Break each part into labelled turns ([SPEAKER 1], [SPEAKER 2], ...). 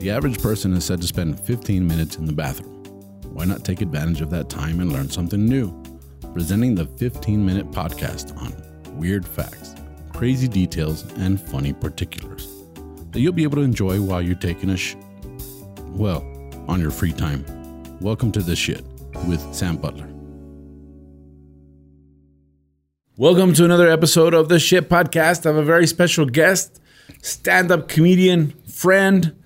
[SPEAKER 1] The average person is said to spend 15 minutes in the bathroom. Why not take advantage of that time and learn something new? Presenting the 15 minute podcast on weird facts, crazy details, and funny particulars that you'll be able to enjoy while you're taking a sh. Well, on your free time. Welcome to The Shit with Sam Butler. Welcome to another episode of The Shit Podcast. I have a very special guest, stand up comedian, friend,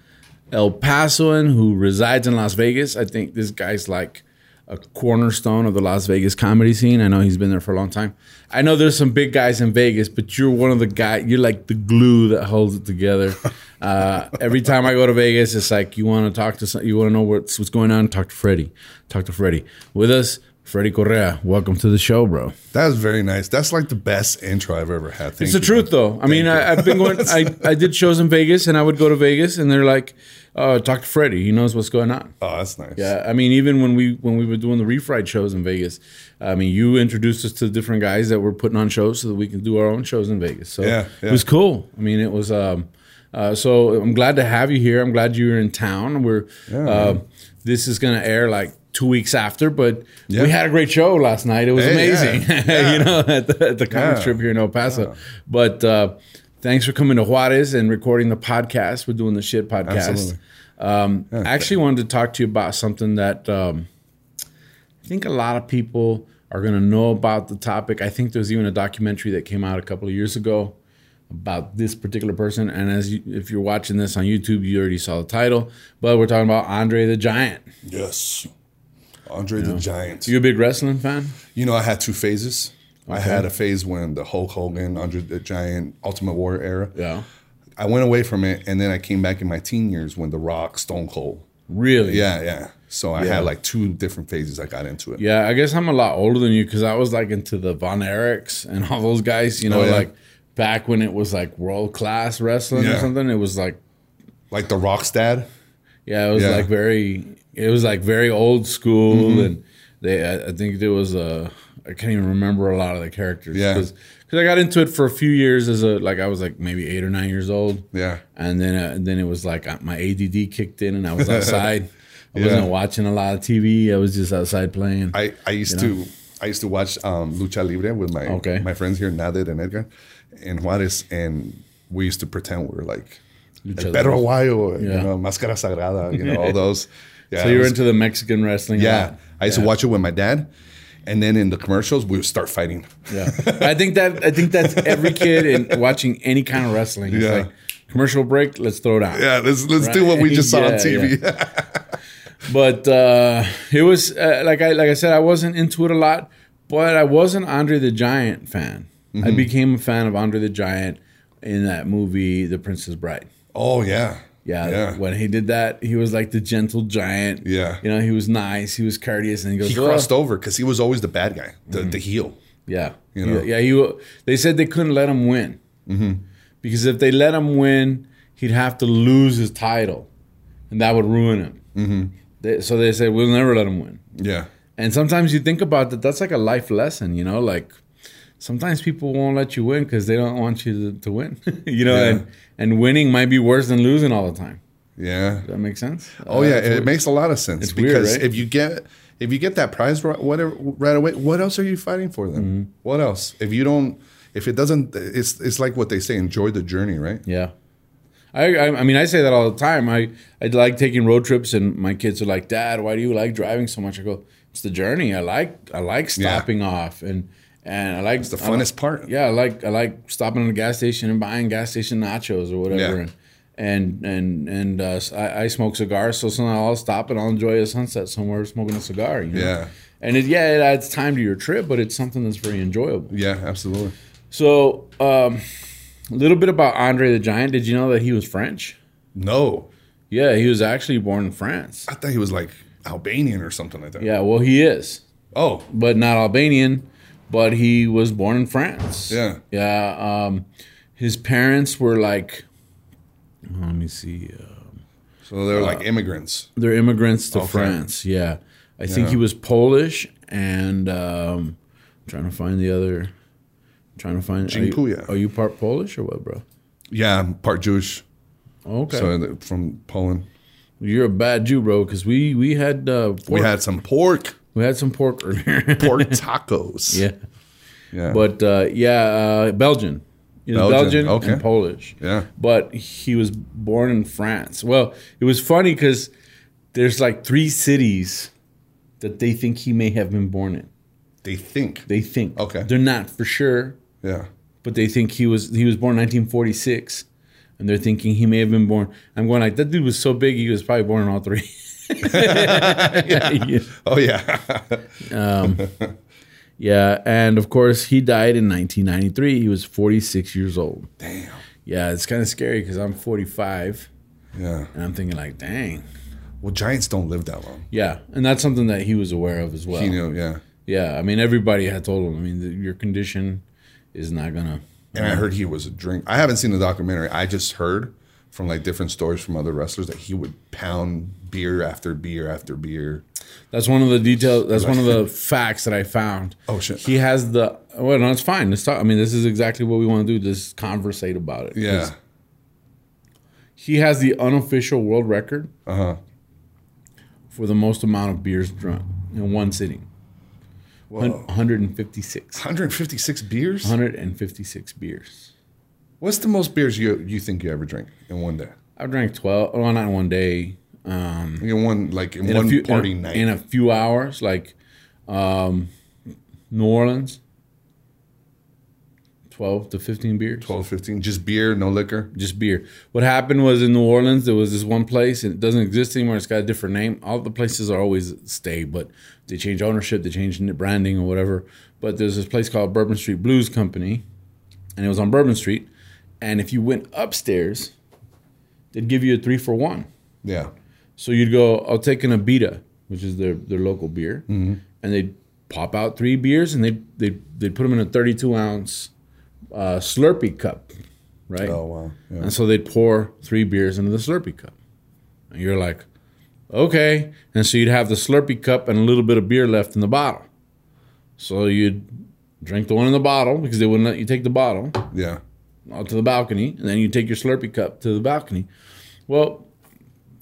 [SPEAKER 1] El Pasoan who resides in Las Vegas. I think this guy's like a cornerstone of the Las Vegas comedy scene. I know he's been there for a long time. I know there's some big guys in Vegas, but you're one of the guy. You're like the glue that holds it together. Uh, every time I go to Vegas, it's like you want to talk to some, you want to know what's what's going on. Talk to Freddie. Talk to Freddie. With us, Freddie Correa. Welcome to the show, bro.
[SPEAKER 2] That was very nice. That's like the best intro I've ever had. Thank
[SPEAKER 1] It's the
[SPEAKER 2] you,
[SPEAKER 1] truth,
[SPEAKER 2] man.
[SPEAKER 1] though. I mean, I, I've been going. I, I did shows in Vegas, and I would go to Vegas, and they're like, uh, "Talk to Freddie. He knows what's going on."
[SPEAKER 2] Oh, that's nice.
[SPEAKER 1] Yeah, I mean, even when we when we were doing the refried shows in Vegas, I mean, you introduced us to different guys that were putting on shows so that we can do our own shows in Vegas. So
[SPEAKER 2] Yeah,
[SPEAKER 1] it
[SPEAKER 2] yeah.
[SPEAKER 1] was cool. I mean, it was. Um, uh, so I'm glad to have you here. I'm glad you were in town. We're uh, this is going to air like two weeks after, but we had a great show last night. It was
[SPEAKER 2] Hey,
[SPEAKER 1] amazing,
[SPEAKER 2] yeah, yeah.
[SPEAKER 1] you know, at the, at the comic
[SPEAKER 2] Yeah.
[SPEAKER 1] strip here in El Paso. But uh, thanks for coming to Juarez and recording the podcast. We're doing the shit podcast.
[SPEAKER 2] Absolutely.
[SPEAKER 1] Um, I actually wanted to talk to you about something that um, I think a lot of people are going to know about the topic. I think there's even a documentary that came out a couple of years ago about this particular person. And as you, if you're watching this on YouTube, you already saw the title. But we're talking about Andre the Giant.
[SPEAKER 2] Yes. Andre the Giant.
[SPEAKER 1] You a big wrestling fan?
[SPEAKER 2] You know, I had two phases. I had a phase when the Hulk Hogan, Andre the Giant, Ultimate Warrior era.
[SPEAKER 1] Yeah,
[SPEAKER 2] I went away from it, and then I came back in my teen years when The Rock, Stone Cold.
[SPEAKER 1] really.
[SPEAKER 2] Yeah, yeah. So I had like two different phases I got into it.
[SPEAKER 1] Yeah, I guess I'm a lot older than you because I was like into the Von Erichs and all those guys, you know,
[SPEAKER 2] Oh, yeah.
[SPEAKER 1] like back when it was like world class wrestling or
[SPEAKER 2] Yeah.
[SPEAKER 1] something. It was like,
[SPEAKER 2] Like The Rock's dad.
[SPEAKER 1] yeah, it was
[SPEAKER 2] Yeah. Mm-hmm.
[SPEAKER 1] like very, it was like very old school. And they, I, I think there was a, I can't even remember a lot of the characters.
[SPEAKER 2] Yeah.
[SPEAKER 1] Because I got into it for a few years as a, like I was like maybe eight or nine years old.
[SPEAKER 2] Yeah.
[SPEAKER 1] And then, uh, then it was like uh, my ADD kicked in and I was outside. I
[SPEAKER 2] Yeah.
[SPEAKER 1] wasn't watching a lot of TV. I was just outside playing.
[SPEAKER 2] I, I used to I used to watch um, Lucha Libre with my
[SPEAKER 1] Okay.
[SPEAKER 2] my friends here, Nader and Edgar, and Juarez, and we used to pretend we were like
[SPEAKER 1] Lucha
[SPEAKER 2] El Perro Guayo,
[SPEAKER 1] Yeah.
[SPEAKER 2] you know, Máscara Sagrada, you know, all those. Yeah,
[SPEAKER 1] so you were
[SPEAKER 2] it was-
[SPEAKER 1] into the Mexican wrestling? a
[SPEAKER 2] yeah.
[SPEAKER 1] lot?
[SPEAKER 2] I used to watch it with my dad, and then in the commercials we would start fighting.
[SPEAKER 1] Yeah, I think that I think that's every kid in watching any kind of wrestling. It's
[SPEAKER 2] Yeah.
[SPEAKER 1] like commercial break, let's throw it out.
[SPEAKER 2] Yeah, let's let's do what we just saw on
[SPEAKER 1] Yeah,
[SPEAKER 2] TV.
[SPEAKER 1] But uh, it was uh, like I like I said, I wasn't into it a lot, but I was an Andre the Giant fan. I
[SPEAKER 2] Mm-hmm.
[SPEAKER 1] became a fan of Andre the Giant in that movie, The Princess Bride.
[SPEAKER 2] Oh yeah,
[SPEAKER 1] Yeah,
[SPEAKER 2] yeah.
[SPEAKER 1] when he did that, he was like the gentle giant.
[SPEAKER 2] Yeah.
[SPEAKER 1] you know, he was nice, he was courteous, and he goes,
[SPEAKER 2] He
[SPEAKER 1] "Oh,
[SPEAKER 2] crossed over because he was always the bad guy, the, the
[SPEAKER 1] Mm-hmm.
[SPEAKER 2] heel.
[SPEAKER 1] Yeah,
[SPEAKER 2] You know? Mm-hmm.
[SPEAKER 1] yeah. He they said they couldn't let him win because if they let him win, he'd have to lose his title, and that would ruin him.
[SPEAKER 2] Mm-hmm.
[SPEAKER 1] They, so they said we'll never let him win.
[SPEAKER 2] Yeah,
[SPEAKER 1] And sometimes you think about that. That's like a life lesson, you know. Like sometimes people won't let you win because they don't want you to, to win, you know.
[SPEAKER 2] Yeah.
[SPEAKER 1] And and winning might be worse than losing all the time.
[SPEAKER 2] yeah.
[SPEAKER 1] Does that make sense?
[SPEAKER 2] Oh yeah, it makes a lot of sense
[SPEAKER 1] weird,
[SPEAKER 2] because
[SPEAKER 1] right?
[SPEAKER 2] if you get if you get that prize right, whatever right away, what else are you fighting for then?
[SPEAKER 1] Mm-hmm.
[SPEAKER 2] What else? If you don't, if it doesn't, it's it's like what they say: enjoy the journey, right?
[SPEAKER 1] Yeah. I, I, I mean, I say that all the time. I, I like taking road trips, and my kids are like, "Dad, why do you like driving so much?" I go, "It's the journey. I like I like
[SPEAKER 2] Yeah.
[SPEAKER 1] stopping off, and and I like
[SPEAKER 2] It's the
[SPEAKER 1] I like-
[SPEAKER 2] funnest part.
[SPEAKER 1] Uh-huh. yeah, I like I like stopping at a gas station and buying gas station nachos or whatever,
[SPEAKER 2] Yeah.
[SPEAKER 1] and and and and uh, I, I smoke cigars, so sometimes I'll stop and I'll enjoy a sunset somewhere smoking a cigar. You know?
[SPEAKER 2] Yeah.
[SPEAKER 1] and it, yeah, it adds time to your trip, but it's something that's very enjoyable.
[SPEAKER 2] Yeah, absolutely.
[SPEAKER 1] So, um, a little bit about Andre the Giant. Did you know that he was French?
[SPEAKER 2] No,
[SPEAKER 1] Yeah, he was actually born in France.
[SPEAKER 2] I thought he was like Albanian or something like that.
[SPEAKER 1] Yeah, well, he is,
[SPEAKER 2] Oh,
[SPEAKER 1] but not Albanian. But he was born in France.
[SPEAKER 2] Yeah.
[SPEAKER 1] yeah. Um, his parents were like, let me see, uh,
[SPEAKER 2] so they're like immigrants.
[SPEAKER 1] they're immigrants to
[SPEAKER 2] Okay.
[SPEAKER 1] France. Yeah, I think he was Polish, and um, I'm trying to find the other. Trying to find. Are you,
[SPEAKER 2] Dziękuję.
[SPEAKER 1] are you part Polish or what, bro?
[SPEAKER 2] Yeah, I'm part Jewish,
[SPEAKER 1] Okay.
[SPEAKER 2] so they're from Poland.
[SPEAKER 1] You're a bad Jew, bro, because we we had uh, pork.
[SPEAKER 2] We had some pork,
[SPEAKER 1] we had some pork earlier.
[SPEAKER 2] pork tacos.
[SPEAKER 1] yeah,
[SPEAKER 2] yeah.
[SPEAKER 1] but uh, yeah, uh, Belgian. He's Belgian,
[SPEAKER 2] Belgian,
[SPEAKER 1] and
[SPEAKER 2] okay.
[SPEAKER 1] Polish.
[SPEAKER 2] Yeah.
[SPEAKER 1] but he was born in France. Well, it was funny because there's like three cities that they think he may have been born in.
[SPEAKER 2] they think.
[SPEAKER 1] They think.
[SPEAKER 2] Okay.
[SPEAKER 1] They're not for sure,
[SPEAKER 2] yeah.
[SPEAKER 1] but they think he was he was born in 1946, and they're thinking he may have been born. I'm going like that dude was so big he was probably born in all three. yeah.
[SPEAKER 2] Oh yeah.
[SPEAKER 1] Yeah, and of course he died in 1993. He was 46 years old. Damn. Yeah, it's kind of scary because I'm 45
[SPEAKER 2] yeah.
[SPEAKER 1] and I'm thinking like, dang.
[SPEAKER 2] Well, giants don't live that long.
[SPEAKER 1] Yeah, and that's something that he was aware of as well.
[SPEAKER 2] You know. Yeah.
[SPEAKER 1] Yeah, I mean everybody had told him. I mean, the, your condition is not gonna.
[SPEAKER 2] And I heard he was a drink. I haven't seen the documentary. I just heard from like different stories from other wrestlers that he would pound beer after beer after beer.
[SPEAKER 1] That's one of the details. That's one of the facts that I found.
[SPEAKER 2] Oh, shit.
[SPEAKER 1] He has the. Well, no, it's fine. Let's talk. I mean, this is exactly what we want to do. Just conversate about it.
[SPEAKER 2] Yeah.
[SPEAKER 1] He has the unofficial world record
[SPEAKER 2] Uh huh.
[SPEAKER 1] for the most amount of beers drunk in one sitting. Hun-
[SPEAKER 2] Whoa.
[SPEAKER 1] 156.
[SPEAKER 2] 156 beers.
[SPEAKER 1] 156 beers.
[SPEAKER 2] What's the most beers you you think you ever drink in one day?
[SPEAKER 1] I drank 12. Well, not in one day. Um,
[SPEAKER 2] In one like in,
[SPEAKER 1] in
[SPEAKER 2] one
[SPEAKER 1] a few,
[SPEAKER 2] party
[SPEAKER 1] in a,
[SPEAKER 2] night.
[SPEAKER 1] In a few hours, like um, New Orleans. 12 to 15 beers.
[SPEAKER 2] 12, 15, just beer, no liquor.
[SPEAKER 1] just beer. What happened was in New Orleans, there was this one place, and it doesn't exist anymore. It's got a different name. All the places are always stay, but they change ownership, they change n- branding or whatever. But there's this place called Bourbon Street Blues Company, and it was on Bourbon Street. And if you went upstairs, they'd give you a three for one.
[SPEAKER 2] Yeah.
[SPEAKER 1] So you'd go, I'll take an Abita, which is their, their local beer, and they'd pop out three beers and they'd, they'd, they'd put them in a 32 ounce uh, Slurpee cup, right?
[SPEAKER 2] Oh wow. Yeah.
[SPEAKER 1] And so they'd pour three beers into the Slurpee cup. And you're like, okay. And so you'd have the Slurpee cup and a little bit of beer left in the bottle. So you'd drink the one in the bottle because they wouldn't let you take the bottle
[SPEAKER 2] Yeah.
[SPEAKER 1] out to the balcony. And then you take your Slurpee cup to the balcony. Well,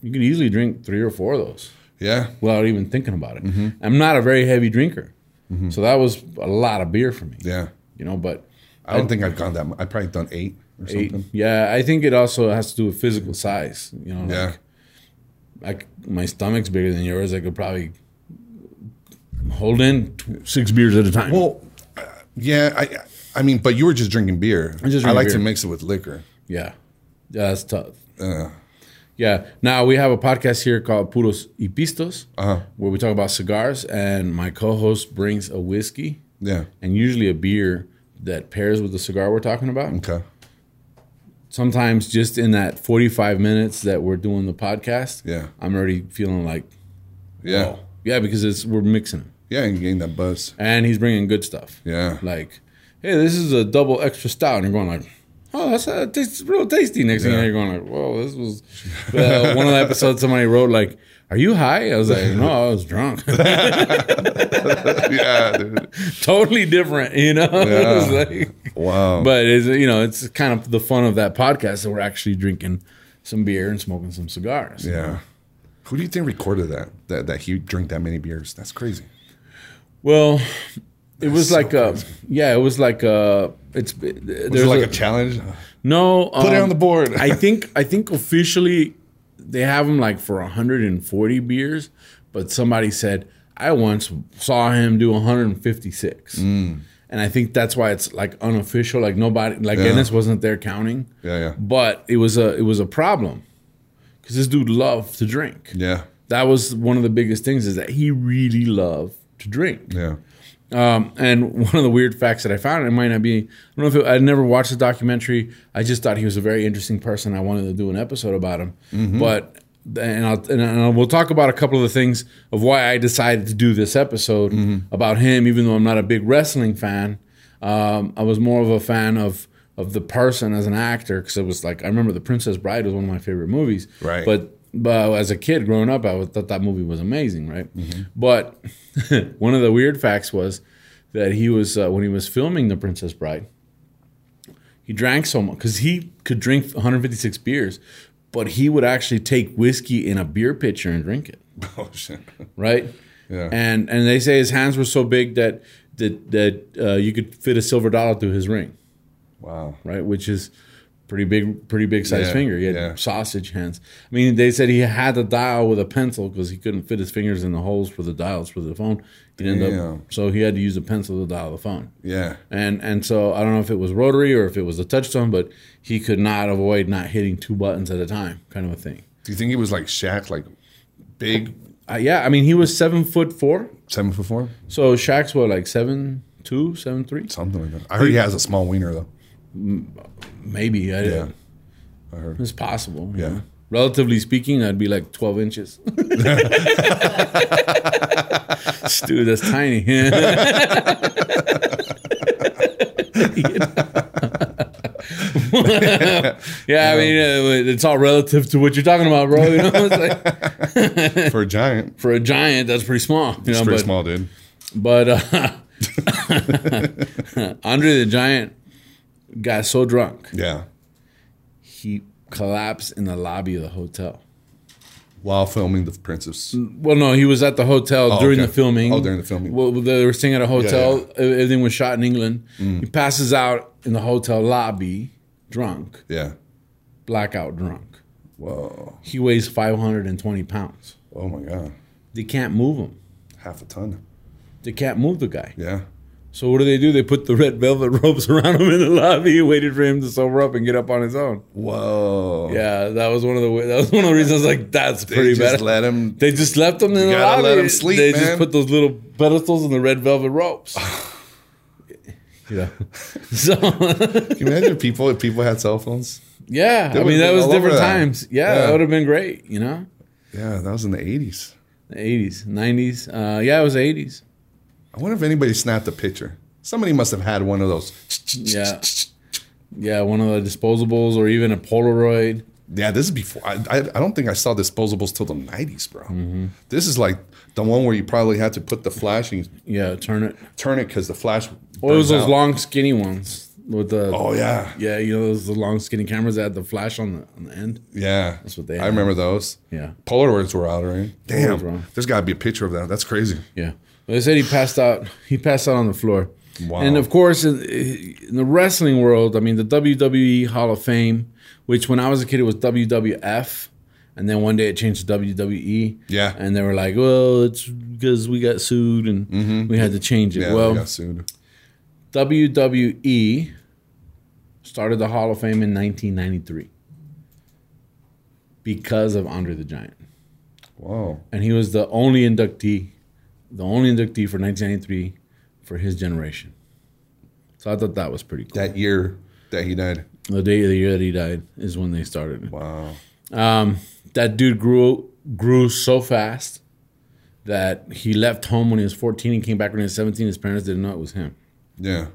[SPEAKER 1] you could easily drink three or four of those
[SPEAKER 2] Yeah.
[SPEAKER 1] without even thinking about it.
[SPEAKER 2] Mm-hmm.
[SPEAKER 1] I'm not a very heavy drinker. So that was a lot of beer for me,
[SPEAKER 2] Yeah.
[SPEAKER 1] you know, but
[SPEAKER 2] I don't think I've gone that much. I've probably done eight or
[SPEAKER 1] eight,
[SPEAKER 2] something.
[SPEAKER 1] yeah, I think it also has to do with physical size, you know,
[SPEAKER 2] Yeah.
[SPEAKER 1] like I c my stomach's bigger than yours. I could probably hold in tw- six beers at a time.
[SPEAKER 2] Well, uh, yeah, I, I mean, but you were just drinking beer. I,
[SPEAKER 1] just drinking
[SPEAKER 2] like
[SPEAKER 1] beer.
[SPEAKER 2] to mix it with liquor.
[SPEAKER 1] yeah, yeah, that's tough.
[SPEAKER 2] Uh,
[SPEAKER 1] Yeah. Now we have a podcast here called Puros y Pistos,
[SPEAKER 2] Uh-huh.
[SPEAKER 1] where we talk about cigars, and my co-host brings a whiskey
[SPEAKER 2] yeah.
[SPEAKER 1] and usually a beer that pairs with the cigar we're talking about.
[SPEAKER 2] Okay.
[SPEAKER 1] Sometimes just in that forty-five minutes that we're doing the podcast,
[SPEAKER 2] Yeah.
[SPEAKER 1] I'm already feeling like,
[SPEAKER 2] Yeah.
[SPEAKER 1] oh, yeah, because it's we're mixing them,
[SPEAKER 2] Yeah, and getting that buzz.
[SPEAKER 1] and he's bringing good stuff.
[SPEAKER 2] Yeah.
[SPEAKER 1] like, hey, this is a double extra stout, and you're going like, oh, that's uh, tastes real tasty. Next thing
[SPEAKER 2] Yeah.
[SPEAKER 1] you know, you're going like, whoa, this was uh, one of the episodes somebody wrote like, are you high? I was like, no, I was drunk.
[SPEAKER 2] yeah, dude.
[SPEAKER 1] totally different, you know. It was like-
[SPEAKER 2] Wow.
[SPEAKER 1] but it's you know, it's kind of the fun of that podcast that we're actually drinking some beer and smoking some cigars.
[SPEAKER 2] yeah. Who do you think recorded that? That that he drank that many beers? That's crazy.
[SPEAKER 1] Well. It was like a, yeah. It was like a. It's uh, there's
[SPEAKER 2] Was it like a, challenge?
[SPEAKER 1] No,
[SPEAKER 2] Put it
[SPEAKER 1] um,
[SPEAKER 2] on the board.
[SPEAKER 1] I think I think officially they have him like for 140 beers, but somebody said I once saw him do 156,
[SPEAKER 2] Hmm.
[SPEAKER 1] and I think that's why it's like unofficial. Like nobody, like
[SPEAKER 2] Yeah.
[SPEAKER 1] Guinness wasn't there counting,
[SPEAKER 2] yeah, yeah,
[SPEAKER 1] but it was a it was a problem because this dude loved to drink.
[SPEAKER 2] yeah,
[SPEAKER 1] That was one of the biggest things is that he really loved to drink.
[SPEAKER 2] yeah.
[SPEAKER 1] Um, and one of the weird facts that I found, it might not be, I don't know if it, I'd never watched the documentary. I just thought he was a very interesting person. I wanted to do an episode about him. But, and, I'll, and, i we'll talk about a couple of the things of why I decided to do this episode about him, even though I'm not a big wrestling fan. Um, I was more of a fan of, of the person as an actor because it was like, I remember The Princess Bride was one of my favorite movies.
[SPEAKER 2] Right.
[SPEAKER 1] But but as a kid growing up, I would- thought that movie was amazing, right? But one of the weird facts was that he was uh, when he was filming The Princess Bride, he drank so much because he could drink 156 beers, but he would actually take whiskey in a beer pitcher and drink it,
[SPEAKER 2] Oh shit.
[SPEAKER 1] right?
[SPEAKER 2] Yeah.
[SPEAKER 1] And and they say his hands were so big that that that uh, you could fit a silver dollar through his ring,
[SPEAKER 2] Wow.
[SPEAKER 1] right? Which is pretty big, pretty big size
[SPEAKER 2] Yeah,
[SPEAKER 1] finger. He had
[SPEAKER 2] yeah.
[SPEAKER 1] sausage hands. I mean, they said he had to dial with a pencil because he couldn't fit his fingers in the holes for the dials for the phone. He'd end
[SPEAKER 2] Damn.
[SPEAKER 1] up so he had to use a pencil to dial the phone.
[SPEAKER 2] Yeah.
[SPEAKER 1] And and so I don't know if it was rotary or if it was a touchstone, but he could not avoid not hitting two buttons at a time, kind of a thing.
[SPEAKER 2] Do you think he was like Shaq, like big,
[SPEAKER 1] Uh, yeah, I mean he was seven foot four,
[SPEAKER 2] seven foot four,
[SPEAKER 1] so Shaq's what like seven two, seven three,
[SPEAKER 2] something like that? I heard he has a small wiener though.
[SPEAKER 1] maybe. I,
[SPEAKER 2] Yeah.
[SPEAKER 1] it's possible.
[SPEAKER 2] Yeah.
[SPEAKER 1] Relatively speaking, I'd be like twelve inches. Dude, that's tiny. yeah, I mean, uh, it's all relative to what you're talking about, bro. You know, it's like,
[SPEAKER 2] For a giant,
[SPEAKER 1] for a giant, that's pretty small. You
[SPEAKER 2] it's
[SPEAKER 1] know,
[SPEAKER 2] pretty
[SPEAKER 1] but,
[SPEAKER 2] small, dude.
[SPEAKER 1] But uh, Andre the Giant got so drunk
[SPEAKER 2] Yeah.
[SPEAKER 1] he collapsed in the lobby of the hotel.
[SPEAKER 2] While filming The Princess.
[SPEAKER 1] Well, no, he was at the hotel during
[SPEAKER 2] okay.
[SPEAKER 1] the filming.
[SPEAKER 2] Oh, during the filming.
[SPEAKER 1] Well, they were staying at a hotel. Everything was shot in England.
[SPEAKER 2] Mm.
[SPEAKER 1] He passes out in the hotel lobby, drunk,
[SPEAKER 2] Yeah.
[SPEAKER 1] blackout drunk.
[SPEAKER 2] Whoa.
[SPEAKER 1] He weighs 520 pounds.
[SPEAKER 2] Oh my God.
[SPEAKER 1] They can't move him.
[SPEAKER 2] Half a ton.
[SPEAKER 1] They can't move the guy.
[SPEAKER 2] Yeah.
[SPEAKER 1] So what do they do? They put the red velvet ropes around him in the lobby and waited for him to sober up and get up on his own.
[SPEAKER 2] Whoa.
[SPEAKER 1] Yeah, that was one of the wa- that was one of the reasons. I was like, that's
[SPEAKER 2] They
[SPEAKER 1] pretty
[SPEAKER 2] just
[SPEAKER 1] bad.
[SPEAKER 2] let him.
[SPEAKER 1] they just left him in the
[SPEAKER 2] gotta
[SPEAKER 1] lobby.
[SPEAKER 2] let 'em sleep,
[SPEAKER 1] they
[SPEAKER 2] man.
[SPEAKER 1] just put those little pedestals in the red velvet ropes. you know, so
[SPEAKER 2] Can you imagine if people if people had cell phones?
[SPEAKER 1] yeah, I
[SPEAKER 2] would've
[SPEAKER 1] mean that
[SPEAKER 2] been
[SPEAKER 1] was
[SPEAKER 2] all over
[SPEAKER 1] different
[SPEAKER 2] that.
[SPEAKER 1] times. Yeah,
[SPEAKER 2] Yeah.
[SPEAKER 1] that would have been great. You know,
[SPEAKER 2] Yeah, that was in the eighties.
[SPEAKER 1] the eighties, nineties. Uh, yeah, it was eighties.
[SPEAKER 2] I wonder if anybody snapped a picture. Somebody must have had one of those.
[SPEAKER 1] Yeah, yeah, one of the disposables or even a Polaroid.
[SPEAKER 2] Yeah, this is before. I, I, I don't think I saw disposables till the nineties, bro.
[SPEAKER 1] Mm-hmm.
[SPEAKER 2] This is like the one where you probably had to put the flash and you
[SPEAKER 1] Yeah, turn it.
[SPEAKER 2] turn it because the flash.
[SPEAKER 1] Or it was
[SPEAKER 2] burns
[SPEAKER 1] those
[SPEAKER 2] out.
[SPEAKER 1] long skinny ones with the.
[SPEAKER 2] Oh yeah,
[SPEAKER 1] Yeah, you know those the long skinny cameras that had the flash on the on the end.
[SPEAKER 2] yeah.
[SPEAKER 1] That's what they
[SPEAKER 2] I
[SPEAKER 1] had.
[SPEAKER 2] remember those.
[SPEAKER 1] Yeah.
[SPEAKER 2] Polaroids were out, right? Damn,
[SPEAKER 1] Polaroids were out.
[SPEAKER 2] there's got to be a picture of that. That's crazy.
[SPEAKER 1] Yeah. Well, they said he passed out. He passed out on the floor.
[SPEAKER 2] Wow.
[SPEAKER 1] And of course, in, in the wrestling world, I mean, the WWE Hall of Fame, which when I was a kid it was WWF, and then one day it changed to WWE.
[SPEAKER 2] Yeah.
[SPEAKER 1] And they were like, "Well, it's because we got sued and we had to change it."
[SPEAKER 2] Mm-hmm. Yeah,
[SPEAKER 1] well,
[SPEAKER 2] they got sued.
[SPEAKER 1] WWE started the Hall of Fame in 1993 because of Andre the Giant.
[SPEAKER 2] Whoa.
[SPEAKER 1] and he was the only inductee, the only inductee for 1993 for his generation. So I thought that was pretty cool.
[SPEAKER 2] That year that he died.
[SPEAKER 1] The day of the year that he died is when they started. it.
[SPEAKER 2] Wow.
[SPEAKER 1] Um, that dude grew grew so fast that he left home when he was 14 and came back when he was 17. His parents didn't know it was him.
[SPEAKER 2] Yeah.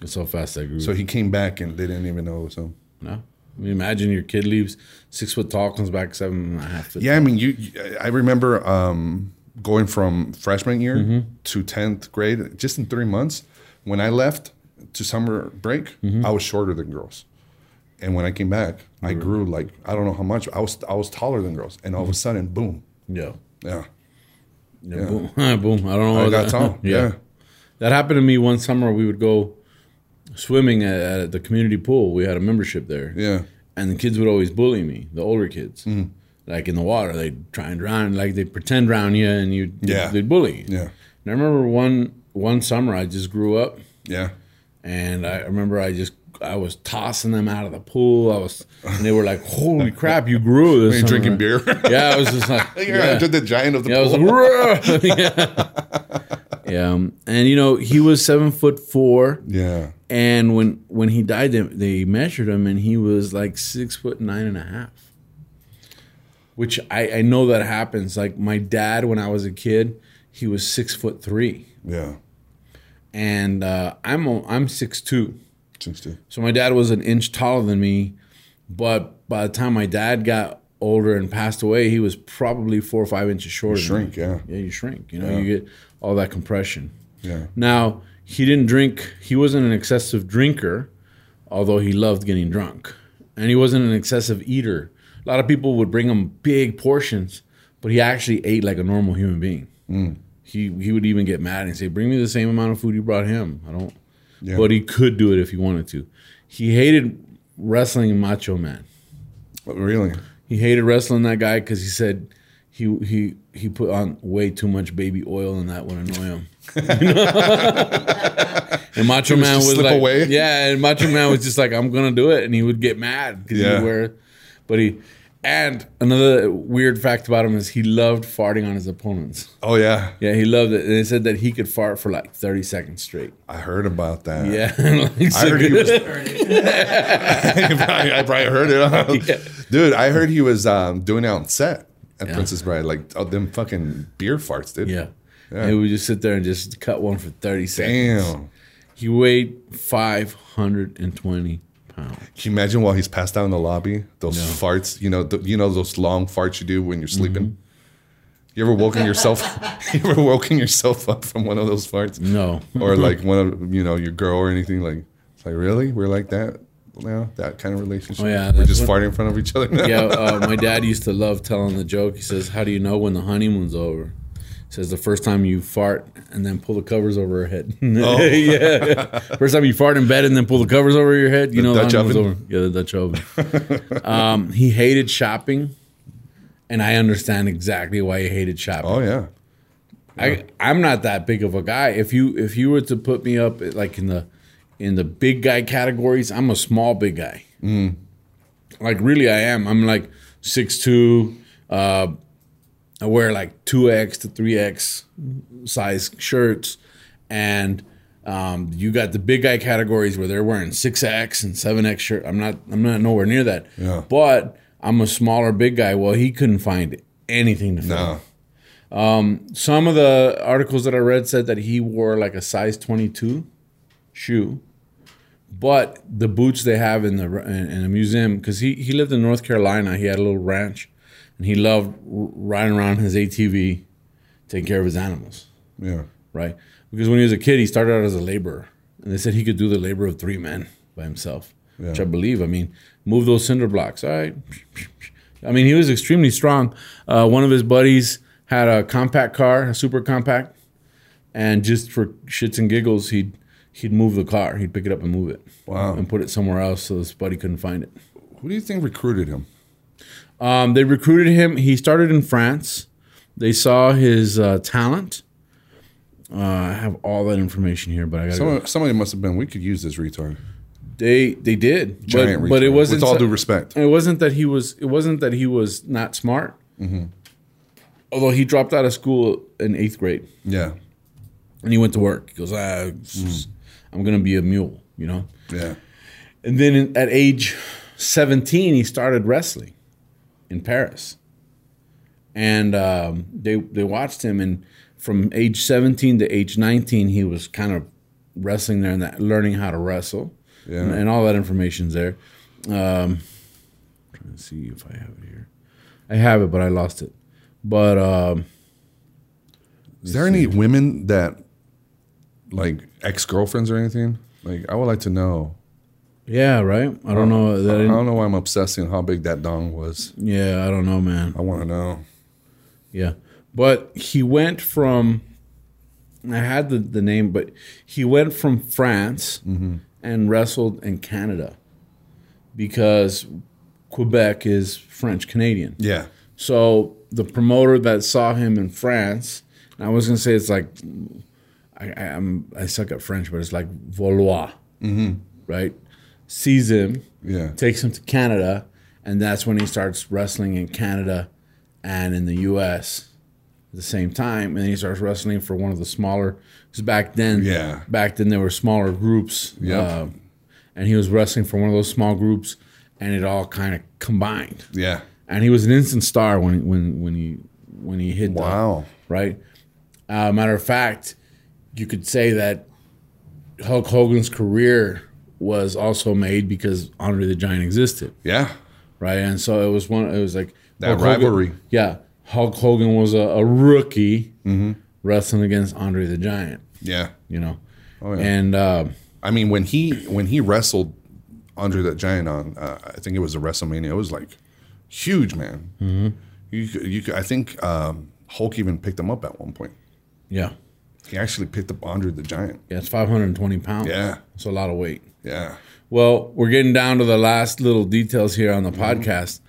[SPEAKER 1] It's so fast that grew.
[SPEAKER 2] So he came back and they didn't even know it was him.
[SPEAKER 1] no? I mean, imagine your kid leaves six foot tall, comes back seven and a half feet.
[SPEAKER 2] Yeah, I mean, you. you- I remember um, going from freshman year to tenth grade just in three months. When I left to summer break, I was shorter than girls, and when I came back, I grew like I don't know how much. I was I was taller than girls, and all of a sudden, boom,
[SPEAKER 1] Yeah.
[SPEAKER 2] yeah,
[SPEAKER 1] Yeah, Boom. boom. I don't know.
[SPEAKER 2] I
[SPEAKER 1] what
[SPEAKER 2] got
[SPEAKER 1] that-
[SPEAKER 2] tall. Oh, Yeah.
[SPEAKER 1] That happened to me one summer. We would go swimming at, at the community pool. We had a membership there.
[SPEAKER 2] yeah,
[SPEAKER 1] And the kids would always bully me, the older kids.
[SPEAKER 2] Mm-hmm.
[SPEAKER 1] Like in the water, they'd try and drown, like they'd pretend drown you and you
[SPEAKER 2] Yeah.
[SPEAKER 1] they'd bully. you.
[SPEAKER 2] yeah,
[SPEAKER 1] And I remember one one summer I just grew up
[SPEAKER 2] yeah.
[SPEAKER 1] and I remember I just I was tossing them out of the pool. I was and they were like, Holy crap, you grew this.
[SPEAKER 2] And
[SPEAKER 1] summer."
[SPEAKER 2] drinking beer.
[SPEAKER 1] Yeah, I was just like
[SPEAKER 2] yeah. I did the giant of the
[SPEAKER 1] yeah, I was
[SPEAKER 2] pool.
[SPEAKER 1] like, "Rah!" yeah. yeah. um, And you know, he was seven foot four,
[SPEAKER 2] yeah,
[SPEAKER 1] and when when he died, they, they measured him, and he was like six foot nine and a half. Which I I know that happens. Like my dad, when I was a kid, he was six foot three,
[SPEAKER 2] yeah.
[SPEAKER 1] and uh, I'm a, I'm six two.
[SPEAKER 2] Since the-
[SPEAKER 1] So my dad was an inch taller than me, but by the time my dad got older and passed away, he was probably four or five inches shorter. than me.
[SPEAKER 2] Shrink, yeah,
[SPEAKER 1] Yeah, you shrink. You know, you get all that compression.
[SPEAKER 2] yeah,
[SPEAKER 1] Now, he didn't drink, he wasn't an excessive drinker, although he loved getting drunk. And he wasn't an excessive eater, a lot of people would bring him big portions, but he actually ate like a normal human being. He he would even get mad and say, "Bring me the same amount of food you brought him." I don't.
[SPEAKER 2] Yeah.
[SPEAKER 1] But he could do it if he wanted to. He hated wrestling Macho Man.
[SPEAKER 2] But really,
[SPEAKER 1] He hated wrestling that guy because he said he he he put on way too much baby oil and that would annoy him. and Macho Man
[SPEAKER 2] just
[SPEAKER 1] was
[SPEAKER 2] slip
[SPEAKER 1] like,
[SPEAKER 2] away.
[SPEAKER 1] yeah, and Macho Man was just like, I'm gonna do it, and he would get mad because
[SPEAKER 2] Yeah.
[SPEAKER 1] he wear, but he. And another weird fact about him is he loved farting on his opponents.
[SPEAKER 2] oh yeah,
[SPEAKER 1] Yeah, he loved it. And they said that he could fart for like 30 seconds straight.
[SPEAKER 2] I heard about that.
[SPEAKER 1] Yeah. like,
[SPEAKER 2] I
[SPEAKER 1] so
[SPEAKER 2] heard he
[SPEAKER 1] good.
[SPEAKER 2] was. I, I probably heard it, dude. I heard he was um, doing it on set at Princess Bride, like oh, them fucking beer farts, dude.
[SPEAKER 1] yeah. He would just sit there and just cut one for 30 seconds.
[SPEAKER 2] Damn.
[SPEAKER 1] He weighed 520 pounds.
[SPEAKER 2] Can you imagine while he's passed out in the lobby? Those farts, you know, th- you know those long farts you do when you're sleeping.
[SPEAKER 1] Mm-hmm.
[SPEAKER 2] You ever woken yourself? you ever woken yourself up from one of those farts,
[SPEAKER 1] No.
[SPEAKER 2] or like one of you know your girl or anything? Like, it's like really, we're like that now. That kind of relationship.
[SPEAKER 1] Oh, yeah,
[SPEAKER 2] we're
[SPEAKER 1] that's
[SPEAKER 2] just
[SPEAKER 1] what-
[SPEAKER 2] farting in front of each other. Now.
[SPEAKER 1] yeah, uh, my dad used to love telling the joke. He says, How do you know when the honeymoon's over? He says, The first time you fart and then pull the covers over her head.
[SPEAKER 2] Oh.
[SPEAKER 1] yeah. First time you fart in bed and then pull the covers over your head, you know
[SPEAKER 2] Dutch
[SPEAKER 1] the honeymoon's
[SPEAKER 2] oven?
[SPEAKER 1] over. Yeah, the Dutch oven. um, he hated shopping. And I understand exactly why he hated shopping.
[SPEAKER 2] Oh yeah.
[SPEAKER 1] I I'm not that big of a guy. If you if you were to put me up like in the in the big guy categories, I'm a small big guy. Like really, I am. I'm like six two. Uh, I wear like two X to three X size shirts, and um, you got the big guy categories where they're wearing six X and seven X shirt. I'm not. I'm not nowhere near that.
[SPEAKER 2] Yeah.
[SPEAKER 1] But I'm a smaller big guy. Well, he couldn't find anything to fill
[SPEAKER 2] No.
[SPEAKER 1] some of the articles that I read said that he wore like a size 22 shoe, but the boots they have in the in, in the museum because he he lived in North Carolina. He had a little ranch, and he loved r- riding around his ATV, taking care of his animals,
[SPEAKER 2] Yeah.
[SPEAKER 1] right? Because when he was a kid, he started out as a laborer, and they said he could do the labor of three men by himself, which I believe. I mean, move those cinder blocks, all right? I mean, he was extremely strong. Uh, one of his buddies had a compact car, a super compact, and just for shits and giggles, he'd he'd move the car. He'd pick it up and move it,
[SPEAKER 2] Wow.
[SPEAKER 1] and put it somewhere else so his buddy couldn't find it.
[SPEAKER 2] Who do you think recruited him?
[SPEAKER 1] Um, they recruited him. He started in France. They saw his uh, talent. Uh, I have all that information here, but I got to.
[SPEAKER 2] Someone, somebody must have been. We could use this retard.
[SPEAKER 1] They they did,
[SPEAKER 2] Giant
[SPEAKER 1] but,
[SPEAKER 2] retard.
[SPEAKER 1] but it wasn't.
[SPEAKER 2] With all
[SPEAKER 1] so-
[SPEAKER 2] due respect.
[SPEAKER 1] it wasn't that he was. It wasn't that he was not smart.
[SPEAKER 2] Mm-hmm.
[SPEAKER 1] Although he dropped out of school in eighth grade.
[SPEAKER 2] Yeah.
[SPEAKER 1] And he went to work. He goes, ah, I'm going to be a mule, you know?
[SPEAKER 2] Yeah.
[SPEAKER 1] And then in- at age 17, he started wrestling in Paris. And um, they, they watched him. And from age 17 to age 19, he was kind of wrestling there and that, learning how to wrestle.
[SPEAKER 2] Yeah.
[SPEAKER 1] And, and all that information's there. Um, trying to see if I have it here. I have it, but I lost it. But um,
[SPEAKER 2] Is there any women that, like ex girlfriends or anything? Like, I would like to know.
[SPEAKER 1] yeah, right? I don't know. That
[SPEAKER 2] I
[SPEAKER 1] I didn't-
[SPEAKER 2] don't know why I'm obsessing how big that dong was.
[SPEAKER 1] yeah, I don't know, man.
[SPEAKER 2] I want to know.
[SPEAKER 1] Yeah. But he went from I had the, the name, but he went from France and wrestled in Canada because Quebec is French Canadian.
[SPEAKER 2] Yeah.
[SPEAKER 1] So the promoter that saw him in France, and I was gonna say it's like I, I, I'm I suck at French, but it's like Valois, right? Sees him,
[SPEAKER 2] Yeah.
[SPEAKER 1] takes him to Canada, and that's when he starts wrestling in Canada and in the U.S. at the same time. And he starts wrestling for one of the smaller. Because back then,
[SPEAKER 2] Yeah.
[SPEAKER 1] back then there were smaller groups. uh,
[SPEAKER 2] Yep.
[SPEAKER 1] and he was wrestling for one of those small groups, and it all kind of combined.
[SPEAKER 2] Yeah.
[SPEAKER 1] And he was an instant star when when when he when he hit the-
[SPEAKER 2] Wow.
[SPEAKER 1] right? Uh, matter of fact, you could say that Hulk Hogan's career was also made because Andre the Giant existed,
[SPEAKER 2] Yeah.
[SPEAKER 1] right? And so it was one. It was like
[SPEAKER 2] That
[SPEAKER 1] Hulk Hogan-
[SPEAKER 2] rivalry.
[SPEAKER 1] yeah, Hulk Hogan was a, a rookie
[SPEAKER 2] Mm-hmm.
[SPEAKER 1] wrestling against Andre the Giant,
[SPEAKER 2] Yeah.
[SPEAKER 1] you know,
[SPEAKER 2] Oh, yeah.
[SPEAKER 1] and uh,
[SPEAKER 2] I mean, when he when he wrestled Andre that Giant on, uh, I think it was a WrestleMania. It was like huge man. Mm-hmm. You, could- you, could- I think um, Hulk even picked him up at one point.
[SPEAKER 1] Yeah.
[SPEAKER 2] He actually picked up Andre the Giant.
[SPEAKER 1] Yeah, it's 520 pounds.
[SPEAKER 2] Yeah.
[SPEAKER 1] It's a lot of weight.
[SPEAKER 2] Yeah,
[SPEAKER 1] Well, we're getting down to the last little details here on the
[SPEAKER 2] Mm-hmm.
[SPEAKER 1] podcast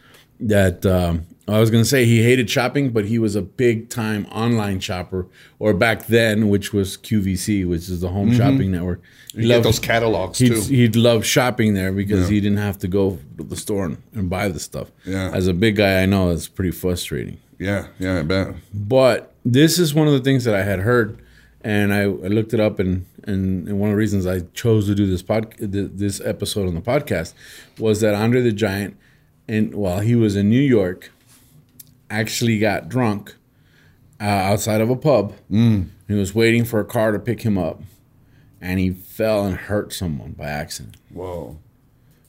[SPEAKER 1] that um, I was going to say he hated shopping, but he was a big time online shopper, or back then, which was QVC, which is the home shopping network. He
[SPEAKER 2] you Mm-hmm. get those catalogs
[SPEAKER 1] he'd,
[SPEAKER 2] too.
[SPEAKER 1] he'd love shopping there because he didn't have to go to the store and, and buy the stuff.
[SPEAKER 2] Yeah.
[SPEAKER 1] As a big guy, I know it's pretty frustrating.
[SPEAKER 2] yeah, yeah, I bet.
[SPEAKER 1] But this is one of the things that I had heard, and I, I looked it up, and, and and one of the reasons I chose to do this pod th- this episode on the podcast was that Andre the Giant, and while he was in New York, actually got drunk uh, outside of a pub. Mm. He was waiting for a car to pick him up, and he fell and hurt someone by accident
[SPEAKER 2] Whoa.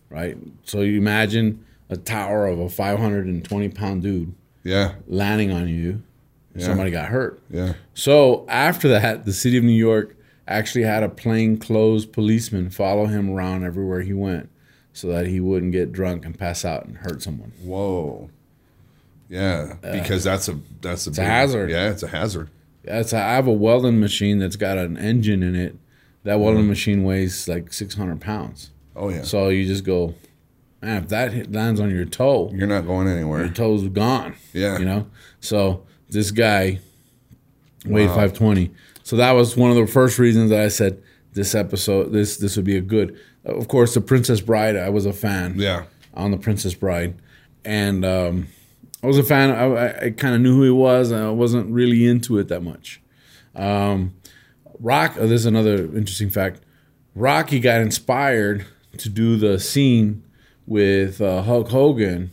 [SPEAKER 1] right? So you imagine a tower of a 520 pound dude
[SPEAKER 2] Yeah,
[SPEAKER 1] landing on you. and Somebody got hurt.
[SPEAKER 2] yeah.
[SPEAKER 1] So after that, the city of New York actually had a plainclothes policeman follow him around everywhere he went so that he wouldn't get drunk and pass out and hurt someone.
[SPEAKER 2] Whoa. Yeah, because that's a that's a,
[SPEAKER 1] a
[SPEAKER 2] big-
[SPEAKER 1] hazard.
[SPEAKER 2] Yeah, it's a hazard.
[SPEAKER 1] That's I have a welding machine that's got an engine in it. That welding machine weighs like 600 pounds.
[SPEAKER 2] Oh yeah.
[SPEAKER 1] So you just go, man, if that hit, lands on your toe,
[SPEAKER 2] You're not going anywhere.
[SPEAKER 1] toes gone.
[SPEAKER 2] Yeah.
[SPEAKER 1] You know? So this guy weighed 520. So that was one of the first reasons that I said this episode, this this would be a good. Of course, The Princess Bride, I was a fan
[SPEAKER 2] Yeah.
[SPEAKER 1] on The Princess Bride. And um, I was a fan. I, I, I kind of knew who he was. And I wasn't really into it that much. Um, Rock, oh, this is another interesting fact. Rocky got inspired to do the scene with uh, Hulk Hogan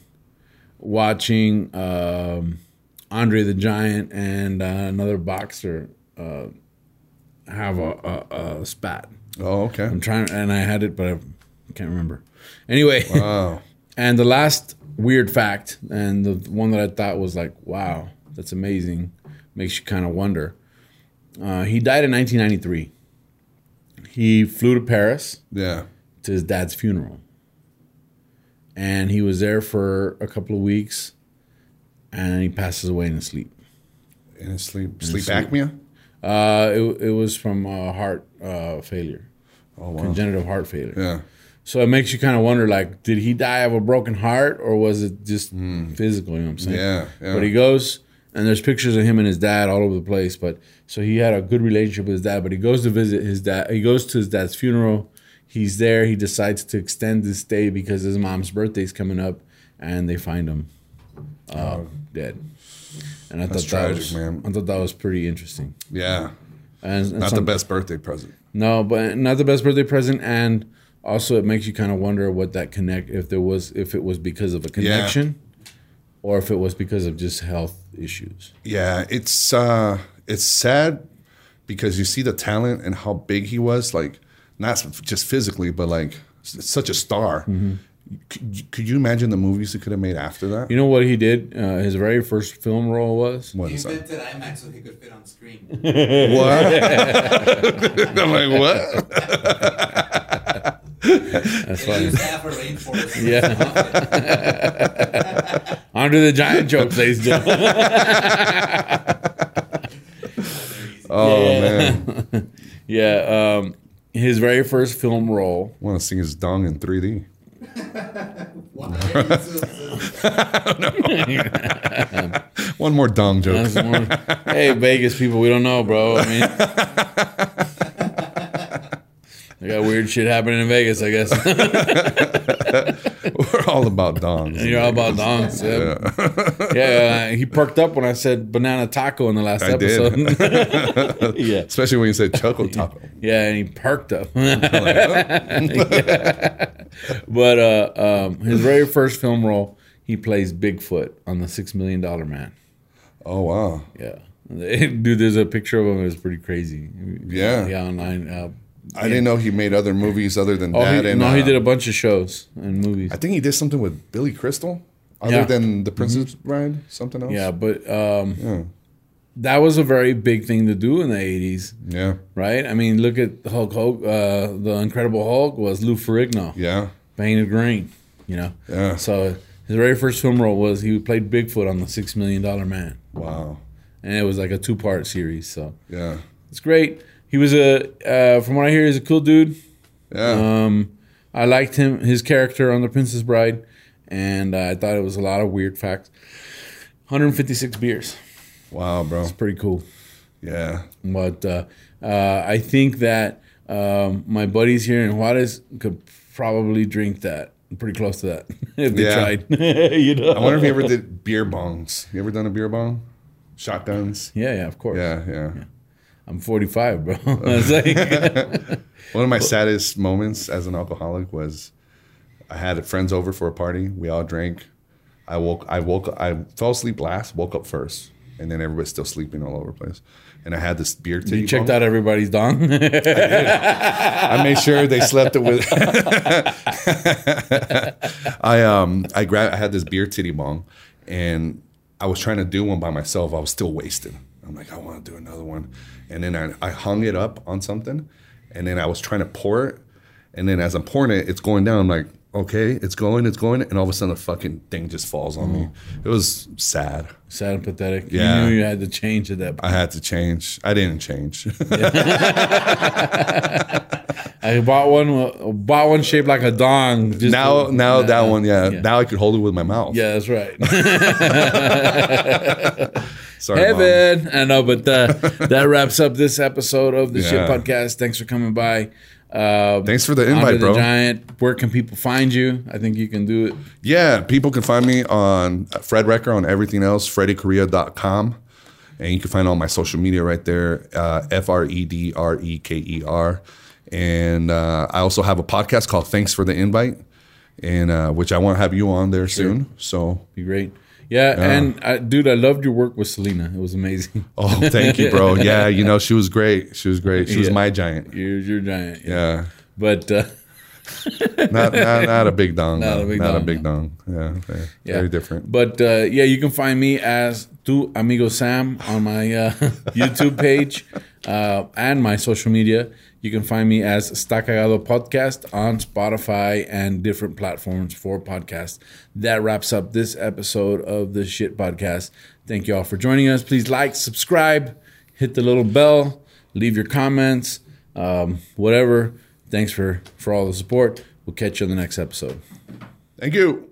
[SPEAKER 1] watching um, Andre the Giant and uh, another boxer uh, have a, a, a spat.
[SPEAKER 2] Oh okay.
[SPEAKER 1] I'm trying, and I had it, but I can't remember. Anyway.
[SPEAKER 2] Oh
[SPEAKER 1] And the last weird fact, and the one that I thought was like, wow, that's amazing, makes you kind of wonder. Uh, he died in 1993. He flew to Paris
[SPEAKER 2] yeah.
[SPEAKER 1] to his dad's funeral. And he was there for a couple of weeks, and he passes away in his sleep.
[SPEAKER 2] And it's sleep sleep apnea.
[SPEAKER 1] Uh, it, it was from uh, heart uh, failure,
[SPEAKER 2] Oh wow.
[SPEAKER 1] congenital heart failure.
[SPEAKER 2] Yeah.
[SPEAKER 1] So it makes you kind of wonder, like, did he die of a broken heart, or was it just physical? You know what I'm saying?
[SPEAKER 2] Hmm. Yeah. Yeah.
[SPEAKER 1] But he goes, and there's pictures of him and his dad all over the place. But so he had a good relationship with his dad. But he goes to visit his dad. He goes to his dad's funeral. He's there. He decides to extend his stay because his mom's birthday's coming up, and they find him uh, dead. And I
[SPEAKER 2] That's
[SPEAKER 1] thought that
[SPEAKER 2] tragic,
[SPEAKER 1] was,
[SPEAKER 2] man.
[SPEAKER 1] I thought that was pretty interesting.
[SPEAKER 2] yeah.
[SPEAKER 1] And, and
[SPEAKER 2] Not
[SPEAKER 1] some-
[SPEAKER 2] the best birthday present.
[SPEAKER 1] no, but not the best birthday present, and also it makes you kind of wonder what that connect if there was if it was because of a connection, or if it was because of just health issues.
[SPEAKER 2] Yeah, it's uh it's sad because you see the talent and how big he was, like not s- just physically, but like s- such a star. Could, you- could you imagine the movies he could have made after that?
[SPEAKER 1] Mm-hmm. You know what he did? Uh, his very first film role was
[SPEAKER 2] What
[SPEAKER 3] He
[SPEAKER 2] is that?
[SPEAKER 3] invented IMAX so he could fit on screen.
[SPEAKER 2] What? I'm like, what?
[SPEAKER 1] that's
[SPEAKER 3] They
[SPEAKER 1] why
[SPEAKER 3] used half a rainforest.
[SPEAKER 1] Yeah. under the giant joke, ladies and gentlemen.
[SPEAKER 2] Oh
[SPEAKER 1] Yeah.
[SPEAKER 2] man,
[SPEAKER 1] Yeah, um, his very first film role.
[SPEAKER 2] I want to sing his dong in 3D.
[SPEAKER 3] Why? It's- it's-
[SPEAKER 2] One more dong joke.
[SPEAKER 1] That's the one- hey, Vegas people, we don't know, bro. I mean, they got weird shit happening in Vegas, I guess.
[SPEAKER 2] We're all about dongs.
[SPEAKER 1] You're all about dongs. Yeah. yeah, uh, he perked up when I said banana taco in the last
[SPEAKER 2] I did.
[SPEAKER 1] episode. yeah,
[SPEAKER 2] Especially when you say Choco Taco.
[SPEAKER 1] yeah, and he perked up.
[SPEAKER 2] oh.
[SPEAKER 1] But uh, um, his very first film role, he plays Bigfoot on the Six Million Dollar Man.
[SPEAKER 2] Oh wow.
[SPEAKER 1] Yeah, dude, there's a picture of him. It's pretty crazy.
[SPEAKER 2] Yeah.
[SPEAKER 1] yeah, online. Uh,
[SPEAKER 2] I didn't know he made other movies other than
[SPEAKER 1] oh,
[SPEAKER 2] that.
[SPEAKER 1] he,
[SPEAKER 2] and,
[SPEAKER 1] no, he
[SPEAKER 2] uh,
[SPEAKER 1] did a bunch of shows and movies.
[SPEAKER 2] I think he did something with Billy Crystal, other
[SPEAKER 1] Yeah. Mm-hmm.
[SPEAKER 2] than the Princess Bride. Something else.
[SPEAKER 1] yeah, but um, that was a very big thing to do in the '80s.
[SPEAKER 2] yeah,
[SPEAKER 1] right? I mean, look at Hulk Hogan. Uh, the Incredible Hulk was Lou Ferrigno
[SPEAKER 2] yeah,
[SPEAKER 1] painted green, you know.
[SPEAKER 2] Yeah.
[SPEAKER 1] So His very first film role was he played Bigfoot on the Six Million Dollar Man,
[SPEAKER 2] Wow.
[SPEAKER 1] and it was like a two part series. So
[SPEAKER 2] Yeah.
[SPEAKER 1] it's great. He was a, uh, from what I hear, he's a cool dude.
[SPEAKER 2] Yeah.
[SPEAKER 1] Um, I liked him, his character on The Princess Bride, and uh, I thought it was a lot of weird facts. 156 beers,
[SPEAKER 2] wow, bro.
[SPEAKER 1] pretty cool.
[SPEAKER 2] Yeah.
[SPEAKER 1] But uh, uh, I think that um, my buddies here in Juarez could probably drink that, pretty close to that, if they
[SPEAKER 2] Yeah.
[SPEAKER 1] tried. you know.
[SPEAKER 2] I wonder if you
[SPEAKER 1] uh,
[SPEAKER 2] ever did beer bongs. You ever done a beer bong? Shotguns.
[SPEAKER 1] Yeah, yeah, of course.
[SPEAKER 2] Yeah, yeah.
[SPEAKER 1] I'm 45, bro. It's like-
[SPEAKER 2] One of my saddest moments as an alcoholic was I had friends over for a party. We all drank. I woke I woke I fell asleep last, woke up first, and then everybody's still sleeping all over the place. And I had this beer titty.
[SPEAKER 1] you checked
[SPEAKER 2] bong.
[SPEAKER 1] out everybody's dong.
[SPEAKER 2] I made sure they slept it with. I um I grabbed I had this beer titty bong, and I was trying to do one by myself. I was still wasted. I'm like, I want to do another one, and then I, I hung it up on something, and then I was trying to pour it, and then as I'm pouring it, it's going down. I'm like, okay, it's going, it's going, and all of a sudden the fucking thing just falls on me. It was sad.
[SPEAKER 1] Sad and pathetic.
[SPEAKER 2] Yeah.
[SPEAKER 1] You knew you had to change at that
[SPEAKER 2] I had to change. I didn't change.
[SPEAKER 1] I bought one. uh, Bought one shaped like a dong. Just
[SPEAKER 2] now,
[SPEAKER 1] to-
[SPEAKER 2] now that one, yeah,
[SPEAKER 1] yeah.
[SPEAKER 2] Now I could hold it with my mouth.
[SPEAKER 1] yeah, that's right.
[SPEAKER 2] Sorry, Mom.
[SPEAKER 1] Heaven. I know, but uh, that wraps up this episode of the
[SPEAKER 2] Yeah.
[SPEAKER 1] Shit Podcast. Thanks for coming by. Uh,
[SPEAKER 2] Thanks for the
[SPEAKER 1] Andre
[SPEAKER 2] invite,
[SPEAKER 1] the
[SPEAKER 2] bro.
[SPEAKER 1] Giant. Where can people find you? I think you can do it.
[SPEAKER 2] Yeah, people can find me on uh, Fred Recker on everything else, freddykorea.com. And you can find all my social media right there, uh, F R E D R E K E R. And uh, I also have a podcast called Thanks for the Invite, and uh, which I want to have you on there soon. So,
[SPEAKER 1] Be great. Yeah, and I, dude, I loved your work with Selena. It was amazing.
[SPEAKER 2] oh, thank you, bro. Yeah, you know, she was great. She was great. She was
[SPEAKER 1] Yeah.
[SPEAKER 2] my giant.
[SPEAKER 1] You're, you're giant.
[SPEAKER 2] Yeah.
[SPEAKER 1] But uh,
[SPEAKER 2] Not, not, not a big dong.
[SPEAKER 1] Not
[SPEAKER 2] Not
[SPEAKER 1] a big
[SPEAKER 2] Not a
[SPEAKER 1] dong.
[SPEAKER 2] big dong. Yeah, very,
[SPEAKER 1] yeah.
[SPEAKER 2] very different.
[SPEAKER 1] But uh, yeah, you can find me as Tu Amigo Sam on my uh, YouTube page uh, and my social media. You can find me as Está Cagado Podcast on Spotify and different platforms for podcasts. That wraps up this episode of the Shit Podcast. Thank you all for joining us. Please like, subscribe, hit the little bell, leave your comments, um, whatever. Thanks for, for all the support. We'll catch you on the next episode.
[SPEAKER 2] Thank you.